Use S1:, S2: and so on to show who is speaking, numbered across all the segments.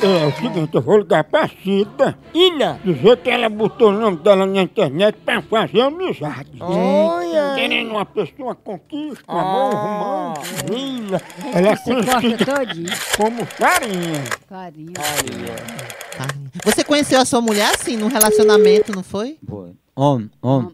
S1: É, o seguinte, eu vou ligar pra Cida,
S2: Ina.
S1: dizer que ela botou o nome dela na internet pra fazer amizade.
S2: Olha.
S1: Querendo uma pessoa conquista, amor, romance.
S2: Ina.
S1: Ela é
S3: Ah. Você corta
S1: conhecida
S3: todinho,
S1: como farinha.
S3: farinha.
S4: Carne. Você conheceu a sua mulher assim, num relacionamento, não foi?
S5: Foi. Homem, homem.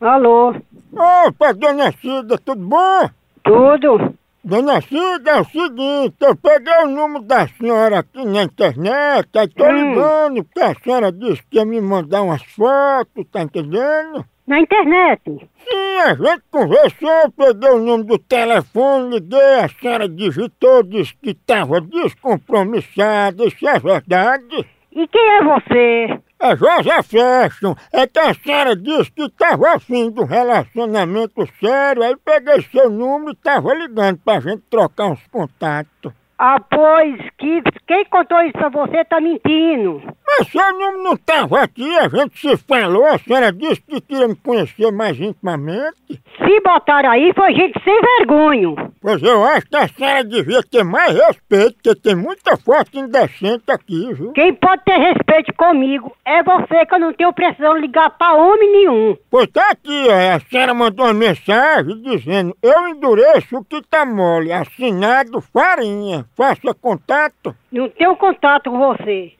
S6: Alô,
S1: Opa, dona Cida, tudo bom?
S6: tudo?
S1: Dona Cida, é o seguinte, eu peguei o número da senhora aqui na internet, aí tô
S6: Hum.
S1: ligando, porque a senhora disse que ia me mandar umas fotos, tá entendendo?
S6: Na internet.
S1: Sim, Hum, a gente conversou, eu peguei o nome do telefone, liguei, a senhora digitou, disse que estava descompromissada, isso é verdade?
S6: E quem é você?
S1: É José Fashion, é que a senhora disse que estava afim de um relacionamento sério, aí peguei seu número e estava ligando pra gente trocar uns contatos.
S6: Ah, pois que quem contou isso pra você tá mentindo.
S1: Mas seu número não estava aqui, a gente se falou, a senhora disse que queria me conhecer mais intimamente.
S6: Se botaram aí foi gente sem vergonha.
S1: Pois eu acho que a senhora devia ter mais respeito, porque tem muita foto indecente aqui, viu?
S6: Quem pode ter respeito comigo é você que eu não tenho precisão ligar pra homem nenhum.
S1: Pois tá aqui, ó, a senhora mandou uma mensagem dizendo Eu endureço o que tá mole, assinado Farinha, faça contato.
S6: Não tenho contato com você.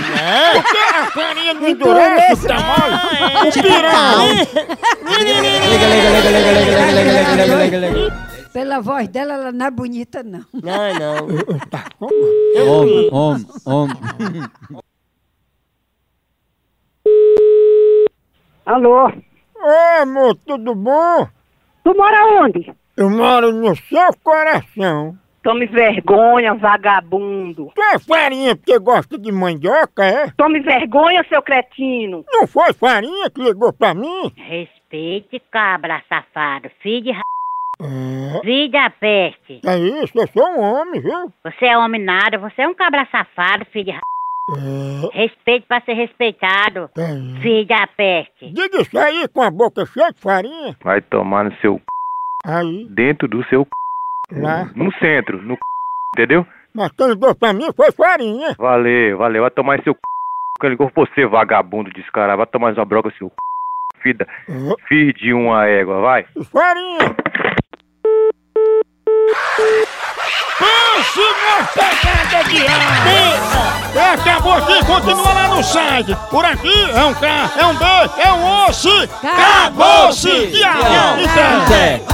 S1: tá Porque a farinha não endurece É? o tá mole. O piranha.
S5: Liga, liga, liga, liga, liga, liga, liga, liga, liga, liga, liga.
S3: Pela voz dela, ela não é bonita, não.
S2: Não,
S1: tá
S2: não.
S5: Homem, homem, homem.
S6: Alô,
S1: Ô amor, tudo bom?
S6: tu mora onde?
S1: Eu moro no seu coração.
S6: Tome vergonha, vagabundo.
S1: Tu é farinha porque gosta de mandioca, é?
S6: Tome vergonha, seu cretino.
S1: Não foi farinha que ligou pra mim?
S7: Respeite, cabra safado, filho de ra... Filho da peste.
S1: É isso, eu sou um homem, viu?
S7: Você é homem nada, você é um cabra safado, filho de ra... Respeite pra ser respeitado,
S1: É.
S7: filho da peste.
S1: Diga isso aí com a boca cheia de farinha.
S8: Vai tomar no seu c...
S1: Aí,
S8: dentro do seu c...
S1: lá.
S8: no centro, no c... entendeu?
S1: Mas quem ligou pra mim foi farinha.
S8: Valeu, valeu, vai tomar em seu c... que ligou pra você, vagabundo descarado, vai tomar sua broca, seu c... Fida,
S1: Uhum.
S8: filho de uma égua, vai.
S1: Farinha. Pense na pegada é de água. É, Acabou aqui, continua lá no site. Por aqui é um K, é um B, é um osso. é
S3: Acabou-se.
S1: Acabou-se de água.
S3: Tchau.
S1: Então.
S5: Zé.